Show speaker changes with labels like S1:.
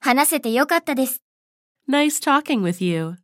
S1: 話せてよかったです。
S2: Nice talking with you.